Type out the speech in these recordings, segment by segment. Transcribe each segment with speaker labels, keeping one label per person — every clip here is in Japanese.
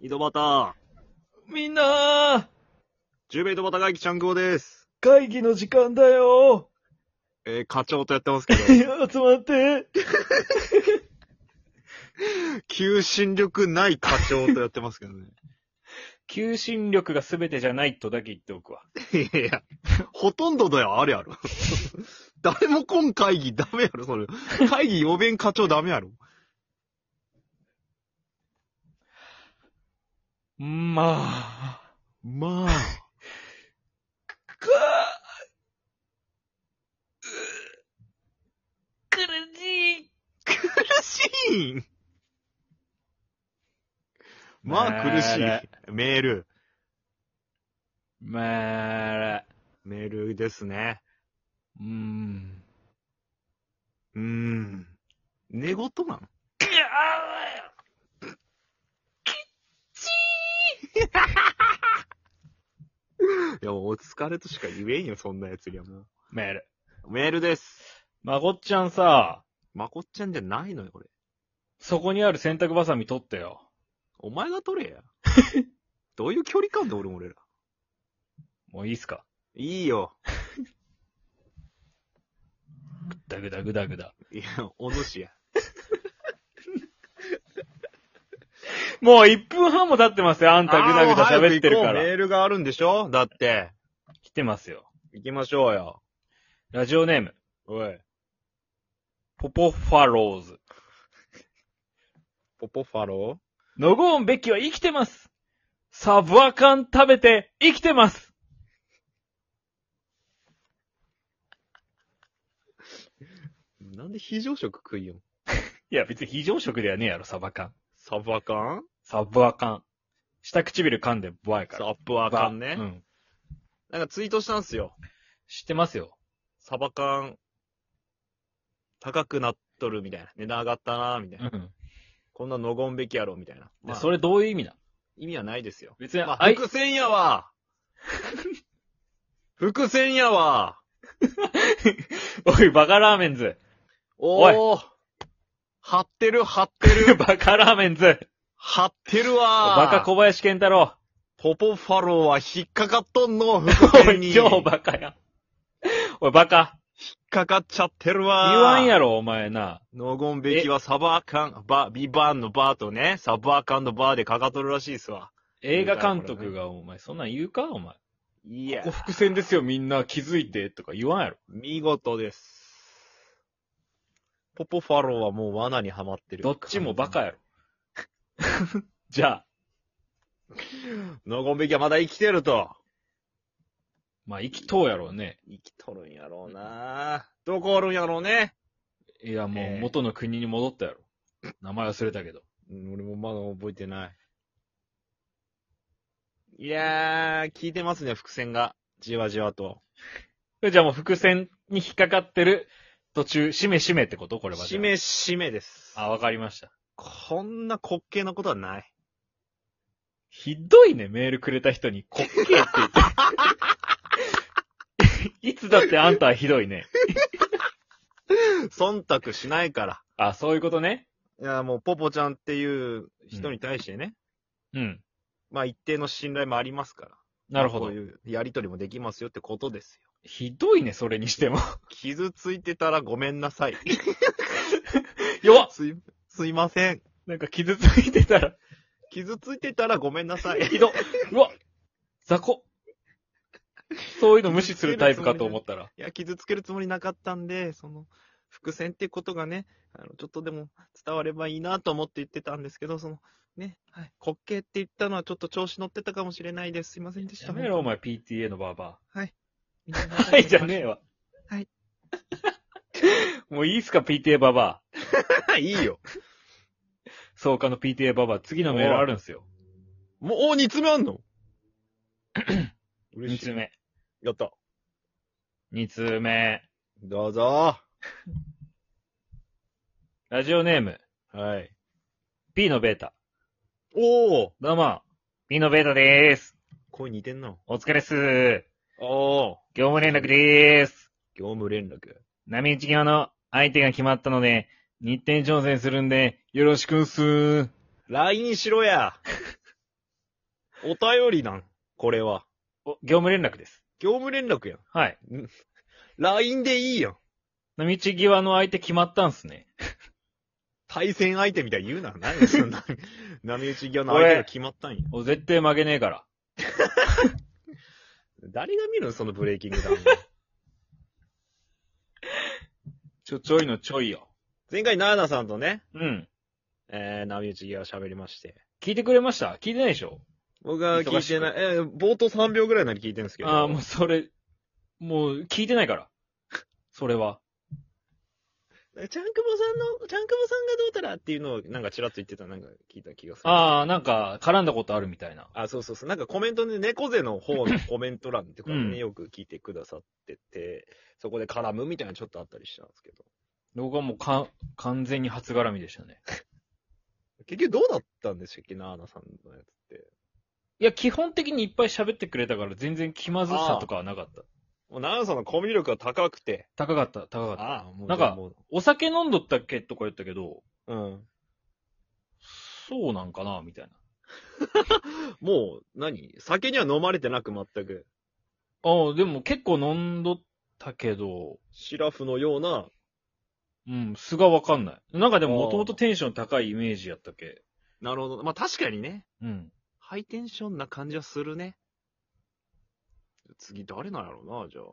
Speaker 1: 井戸端、
Speaker 2: みんな
Speaker 1: 十兵衛井戸端会議ちゃんくおです。
Speaker 2: 会議の時間だよ、
Speaker 1: えー、課長とやってます けど
Speaker 2: 集まって
Speaker 1: 求心力ない課長とやってますけどね。
Speaker 2: 求心力が全てじゃないとだけ言っておくわ。
Speaker 1: いやいや、ほとんどだよ、ある やろ。誰も今会議ダメやろ、それ。会議予弁課長ダメやろ。
Speaker 2: まあ、
Speaker 1: まあ、
Speaker 2: か、う苦しい。
Speaker 1: 苦しいまあ苦し
Speaker 2: まあ
Speaker 1: い。メール。
Speaker 2: まあ、
Speaker 1: メールですね。
Speaker 2: うーん。
Speaker 1: うーん。寝言なの
Speaker 2: くあ
Speaker 1: いや、もうお疲れとしか言えんよ、そんなやつにはも
Speaker 2: メール。
Speaker 1: う。メールです。
Speaker 2: まこっちゃんさ、
Speaker 1: まこっちゃんじゃないのよ、俺。
Speaker 2: そこにある洗濯バサミ取ってよ。
Speaker 1: お前が取 れや。どういう距離感で俺も俺ら。
Speaker 2: もういいっすか
Speaker 1: いいよ。
Speaker 2: ぐだぐだぐだぐだ。
Speaker 1: いや、お主や。
Speaker 2: もう1分半も経ってますよ。あんたぐだぐだ喋ってるか
Speaker 1: あーもう早く行こうメ
Speaker 2: ら。
Speaker 1: ールがあるんでしょだって。
Speaker 2: 来てますよ。
Speaker 1: 行きましょうよ。
Speaker 2: ラジオネーム、
Speaker 1: おい。
Speaker 2: ポポファローズ。
Speaker 1: ポポファロ
Speaker 2: ノゴーンべきは生きてますサブアカン食べて生きてます
Speaker 1: ーなんで非常食食いよん。
Speaker 2: いや、別に非常食ではねえやろ、サバ缶。
Speaker 1: サバ缶
Speaker 2: サブアカン。下唇噛んでボワイから。
Speaker 1: サバ
Speaker 2: バ
Speaker 1: 缶ね
Speaker 2: う。ん。
Speaker 1: なんかツイートしたんすよ。
Speaker 2: 知ってますよ。
Speaker 1: サバ缶、高くなっとるみたいな。値段上がったなみたいうな。
Speaker 2: ん。
Speaker 1: こんなのごんべきやろみたいな。ま
Speaker 2: で
Speaker 1: あ、
Speaker 2: それどういう意味だ
Speaker 1: 意味はないですよ。
Speaker 2: 別に、
Speaker 1: ま
Speaker 2: あ
Speaker 1: あ、
Speaker 2: い、
Speaker 1: 伏線や わ伏線やわ
Speaker 2: おい、バカラーメン ズ。。
Speaker 1: おー張ってる、張ってる
Speaker 2: バカラーメンズ。
Speaker 1: 張ってるわー
Speaker 2: バカ小林健太郎。
Speaker 1: ポポファローは引っかかっとんの、伏
Speaker 2: お
Speaker 1: 線に。
Speaker 2: い、
Speaker 1: 引
Speaker 2: 超
Speaker 1: っ
Speaker 2: バカや。おい、バカ。
Speaker 1: かかっちゃってるわ
Speaker 2: 言
Speaker 1: ー
Speaker 2: わんやろ、お前な。
Speaker 1: ノゴンべきはサバーカン、バ、ビバンのバーとね、サバーカンのバーでかかとるらしいっすわ。
Speaker 2: 映画監督が、お前、そんなん言うかお前。
Speaker 1: いや
Speaker 2: ここ、伏線ですよ、みんな。気づいて。とか言わんやろ。
Speaker 1: 見事です。ポポファローはもう罠にはまってる。
Speaker 2: どっちもバカ やろ。じゃあ、
Speaker 1: ノゴンべきはまだ生きてると。
Speaker 2: まあ、生きとうやろうね。
Speaker 1: 生きとるんやろうなどこおるんやろうね。
Speaker 2: いや、も
Speaker 1: え
Speaker 2: う
Speaker 1: え
Speaker 2: 元の国に戻ったやろ。名前忘れたけど。
Speaker 1: うん俺もまだ覚えてない。いやー、効いてますね、伏線が。じわじわと。
Speaker 2: じゃあもう伏線に引っかかってる途中、しめしめってことこれは。
Speaker 1: し。めしめです。
Speaker 2: あ、わかりました。
Speaker 1: こんな滑稽なことはない。
Speaker 2: ひどいね、メールくれた人に滑稽って 言って。いつだってあんたはひどいね。
Speaker 1: 忖度しないから。
Speaker 2: あ、そういうことね。
Speaker 1: いや、もう、ポポちゃんっていう人に対してね、
Speaker 2: うん。
Speaker 1: まあ一定の信頼もありますから。
Speaker 2: なるほど
Speaker 1: こう。いうやりとりもできますよってことですよ。
Speaker 2: ひどいね、それにしても。
Speaker 1: 傷ついてたらごめんなさい。
Speaker 2: 弱っ
Speaker 1: すい、すいません。
Speaker 2: なんか傷ついてたら、
Speaker 1: 傷ついてたらごめんなさい。
Speaker 2: ひどっ。うわ雑魚。そういうの無視するタイプかと思ったら。
Speaker 1: いや、傷つけるつもりなかったんで、その、伏線ってことがね、あの、ちょっとでも伝わればいいなと思って言ってたんですけど、その、ね、はい、滑稽って言ったのはちょっと調子乗ってたかもしれないです。すいませんでした。
Speaker 2: やめろ、お前 PTA のバーバ
Speaker 1: みんな
Speaker 2: ー。はい、じゃ ねえわ。
Speaker 1: はい。
Speaker 2: もういいっすか、PTA バーバー。
Speaker 1: いいよ。
Speaker 2: 創価の PTA バーバー。次のメールあるんすよ。
Speaker 1: もう、お、二つ目あん の嬉
Speaker 2: 2
Speaker 1: しい。
Speaker 2: つ目。
Speaker 1: やった。
Speaker 2: 2つ目。
Speaker 1: どうぞ。
Speaker 2: ラジオネーム、
Speaker 1: はい。
Speaker 2: P のベータ。
Speaker 1: おー
Speaker 2: どうも、P のベータでーす。
Speaker 1: 声似てんな。
Speaker 2: お疲れっすー。
Speaker 1: おー
Speaker 2: 業務連絡でーす。
Speaker 1: 業務連絡。
Speaker 2: 波打ち際の相手が決まったので、日程挑戦するんで、よろしくんすー。
Speaker 1: LINE しろや。お便りなん。これは。
Speaker 2: お業務連絡です。
Speaker 1: 業務連絡やん。
Speaker 2: はい。
Speaker 1: LINE でいいやん。
Speaker 2: 道際の相手決まったんすね。
Speaker 1: 対戦相手みたいに言うな。 何そんな、波打ち際の相手が決まったんや。
Speaker 2: お絶対曲げねえから。
Speaker 1: 誰が見るのそのブレイキングダウン。
Speaker 2: ちょ、ちょいのちょいよ。
Speaker 1: 前回、ナーナさんとね、
Speaker 2: うん。
Speaker 1: えー、波打ち際喋りまして。
Speaker 2: 聞いてくれました聞いてないでしょ
Speaker 1: 僕は聞いてない、えー、冒頭3秒ぐらいなり聞いてるんですけど。
Speaker 2: ああ、もうそれ、もう聞いてないから。それは。
Speaker 1: う。ちゃんくぼさんの、ちゃんくぼさんがどうたらっていうのをなんかちらっと言ってた、なんか聞いた気がする。
Speaker 2: ああ、なんか絡んだことあるみたいな。
Speaker 1: あ、そうそうそう。なんかコメントで猫背の方のコメント欄ってこれ
Speaker 2: うん
Speaker 1: ね、よく聞いてくださってて、そこで絡むみたいなのちょっとあったりしたんですけど。
Speaker 2: 僕はもうか、完全に初絡みでしたね。
Speaker 1: 結局どうだったんでしたっけ、ナーナさんのやつって。
Speaker 2: いや、基本的にいっぱい喋ってくれたから全然気まずさとかはなかった。
Speaker 1: もうナーナさんのコミュ力が高くて。
Speaker 2: 高かった、高かった。
Speaker 1: ああ、もう
Speaker 2: なんか
Speaker 1: もう
Speaker 2: お酒飲んどったっけとか言ったけど、
Speaker 1: うん。
Speaker 2: そうなんかなみたいな。
Speaker 1: もう、何酒には飲まれてなく全く。
Speaker 2: ああ、でも結構飲んどったけど、
Speaker 1: シラフのような、
Speaker 2: うん、素がわかんない。なんかでも
Speaker 1: ああ
Speaker 2: もともとテンション高いイメージやったっけ。
Speaker 1: なるほど。まあ確かにね、
Speaker 2: うん。
Speaker 1: ハイテンションな感じはするね。次誰なんやろうな、じゃあ。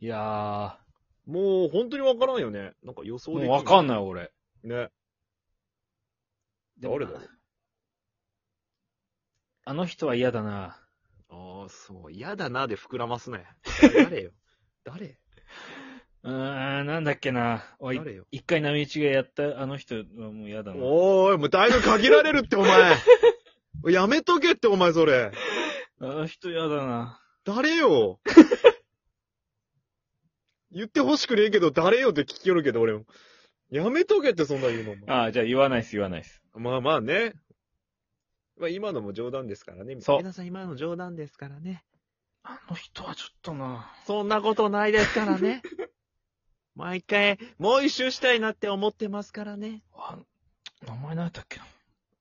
Speaker 2: いや
Speaker 1: もう本当にわからんよね。なんか予
Speaker 2: ー、
Speaker 1: 想
Speaker 2: も
Speaker 1: で
Speaker 2: う
Speaker 1: き
Speaker 2: わかん
Speaker 1: な
Speaker 2: ない俺。
Speaker 1: い。ね。
Speaker 2: でも
Speaker 1: 誰だろう
Speaker 2: あの人は嫌だな。
Speaker 1: ああ、そう。嫌だなで膨らますね。誰よ。誰
Speaker 2: うーん、なんだっけな。おい、
Speaker 1: 誰よ。
Speaker 2: 一回波打ちがやったあの人はもう嫌だな。
Speaker 1: おーい、もうだいぶ限られるって、お 前。やめとけって、お前、それ。
Speaker 2: あの人嫌だな。
Speaker 1: 誰よ。 言ってほしくねえけど、誰よって聞きよるけど、俺も。やめとけって、そんな言うの。お前
Speaker 2: ああ、じゃあ言わないっす、言わないっす。
Speaker 1: まあまあね。まあ今のも冗談ですからね。
Speaker 2: そう
Speaker 1: 皆さん今の冗談ですからね。
Speaker 2: あの人はちょっとな。
Speaker 1: そんなことないですから ね。毎回、もう一周したいなって思ってますからね。
Speaker 2: あ名前何やったっけな。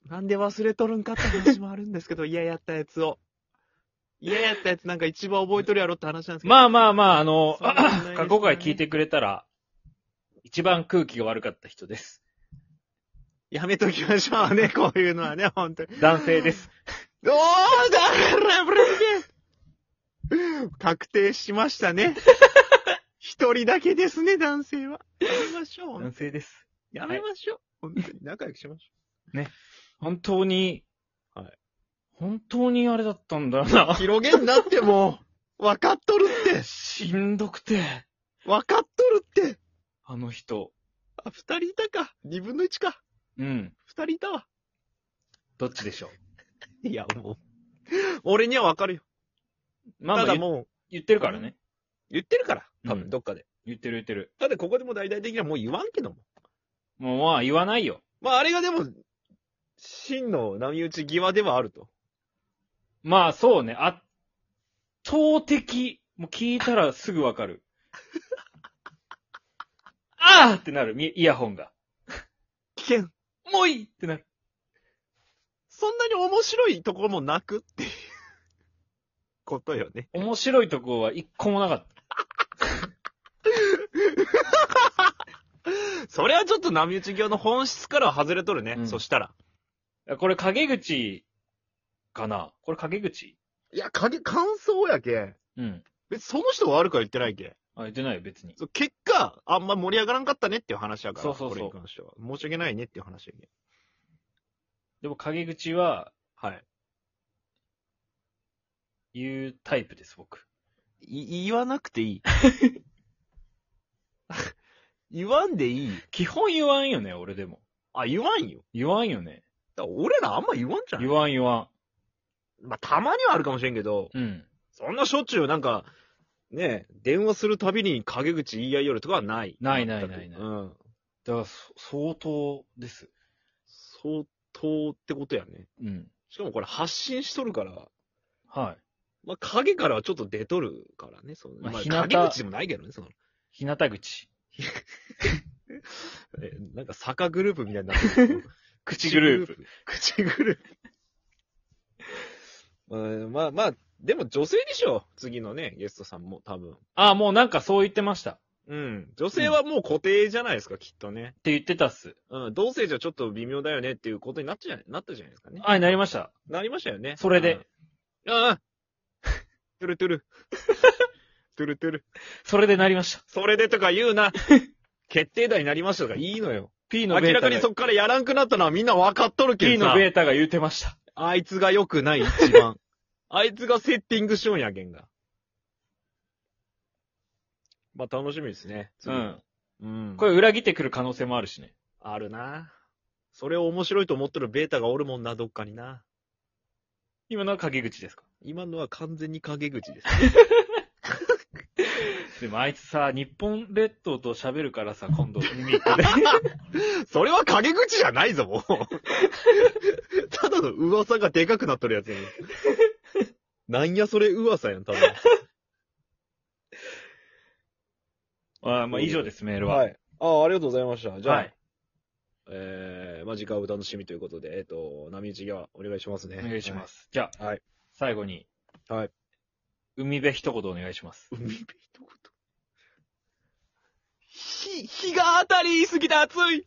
Speaker 1: なんで忘れとるんかって話もあるんですけど、嫌やったやつを。嫌やったやつなんか一番覚えとるやろって話なんですけど。
Speaker 2: まあまあまあ、あの、
Speaker 1: そんなことないですね
Speaker 2: 過去回聞いてくれたら、一番空気が悪かった人です。
Speaker 1: やめときましょうね、こういうのはね、本当に。
Speaker 2: 男性です。
Speaker 1: おー、だから、ブレイケ確定しました ね。一人だけですね、男性は。やめましょう。
Speaker 2: 性です。
Speaker 1: やめましょう。本当に仲良くしまし
Speaker 2: 本当に、
Speaker 1: はい
Speaker 2: 本当にあれだったん
Speaker 1: ょ
Speaker 2: だ
Speaker 1: う。
Speaker 2: な。
Speaker 1: 広げんなってもう、分かっとるって。
Speaker 2: しんどくて、
Speaker 1: 分かっとるって。
Speaker 2: あの人。
Speaker 1: あ、二人いたか。二分の一か。
Speaker 2: うん。
Speaker 1: 二人いたわ。
Speaker 2: どっちでしょ
Speaker 1: いや、もう。俺には分かるよ。
Speaker 2: う。まあ
Speaker 1: た
Speaker 2: ま
Speaker 1: だ
Speaker 2: あ言
Speaker 1: もう、
Speaker 2: 言ってるからね。
Speaker 1: 言ってるから。多
Speaker 2: う
Speaker 1: 分、
Speaker 2: ん
Speaker 1: どっかで。
Speaker 2: 言ってる言ってる。
Speaker 1: ただ、ここでも大々的にはもう言わんけども。
Speaker 2: もうまあ言わないよ。
Speaker 1: まあ、あれがでも、真の波打ち際ではあると。
Speaker 2: まあそうね、圧倒的。もう聞いたらすぐわかる。ああってなる、みイヤホンが。
Speaker 1: 危険。
Speaker 2: もういいってなる。
Speaker 1: そんなに面白いところもなくっていうことよね。
Speaker 2: 面白いとこは一個もなかった。
Speaker 1: それはちょっと波打ち業の本質からは外れとるね。
Speaker 2: うん
Speaker 1: そしたら。
Speaker 2: いやこれ陰口かなこれ陰口
Speaker 1: いや、か感想やけ。
Speaker 2: うん。
Speaker 1: 別にその人が悪くは言ってないけ。
Speaker 2: あ、言ってないよ、別に。
Speaker 1: そう結果、あんま盛り上がらんかったねっていう話やから。
Speaker 2: そうそうそう
Speaker 1: これに関しては。申し訳ないねっていう話やけ。
Speaker 2: でも陰口は
Speaker 1: はい。
Speaker 2: 言うタイプです、僕。
Speaker 1: い、言わなくて いい。言わんでいい。
Speaker 2: 基本言わんよね、俺でも。
Speaker 1: あ、言わんよ。
Speaker 2: 言わんよね。
Speaker 1: だから俺らあんま言わんじゃん。
Speaker 2: 言わん言わ
Speaker 1: まあ、たまにはあるかもしれんけど、
Speaker 2: ん。うん。
Speaker 1: そんなしょっちゅうなんか、ねえ、電話するたびに陰口言い合いよるとかはない。
Speaker 2: ないない
Speaker 1: 全く
Speaker 2: ないない
Speaker 1: うん。
Speaker 2: だから、そ相当です。
Speaker 1: 相当ってことやね。
Speaker 2: うん。
Speaker 1: しかもこれ発信しとるから、
Speaker 2: は
Speaker 1: まあ、影からはちょっと出とるからね、その、
Speaker 2: まあ
Speaker 1: まあ、
Speaker 2: 日向
Speaker 1: 陰口でもないけどね、その、
Speaker 2: い。日向口。
Speaker 1: えなんか 坂グループみたいになってるけど。
Speaker 2: 口グループ。
Speaker 1: 口グループ。口グループ。うん、まあまあ、でも女性でしょ。次のね、ゲストさんも多分。
Speaker 2: ああ、もうなんかそう言ってました。っ
Speaker 1: うん。女性はもう固定じゃないですか、きっとね。
Speaker 2: て言ってたっす。
Speaker 1: うん。同性じゃちょっと微妙だよねっていうことになっちゃ、なったじゃないですかね。
Speaker 2: はい、なりました。
Speaker 1: なりましたよね。
Speaker 2: それで
Speaker 1: うん。あ あ。トゥルトゥル。 トゥルトゥル。
Speaker 2: それでなりました。
Speaker 1: それでとか言う な。決定打になりましたとかいいのよ。
Speaker 2: P の
Speaker 1: 明
Speaker 2: ベー
Speaker 1: ら
Speaker 2: タ
Speaker 1: かに
Speaker 2: が
Speaker 1: そ、っからやらんくなったのはみんな分かっとるけ
Speaker 2: P
Speaker 1: どさ
Speaker 2: の。ベータが言ってました。
Speaker 1: あいつが良くない、一 番。あいつがセッティングしようんやけんが。まあ楽しみですね。
Speaker 2: う
Speaker 1: 次
Speaker 2: ん。。
Speaker 1: うん。
Speaker 2: これ裏切ってくる可能性もあるしね。
Speaker 1: あるな。それを面白いと思ってるベータがおるもんな、どっかにな。
Speaker 2: 今のは陰口ですか
Speaker 1: 今のは完全に陰口です。
Speaker 2: でもあいつさ、日本列島と喋るからさ、今度見に 行ってね。
Speaker 1: それは陰口じゃないぞ、もう。 ただの噂がでかくなっとるやつやねなんやそれ噂やん、ただ。
Speaker 2: あーまあ以上です、メールは。
Speaker 1: い。ああ、ありがとうございました。じゃあ、
Speaker 2: はい。
Speaker 1: えー、まあ、時間をお楽しみということで、えっ、と、波打ち際、お願いしますね。。
Speaker 2: お願いしますす。じゃあ、
Speaker 1: はい
Speaker 2: 最後に。
Speaker 1: はい
Speaker 2: 海辺一言お願いします。
Speaker 1: 海辺一言。ひ、日が当たりすぎて暑い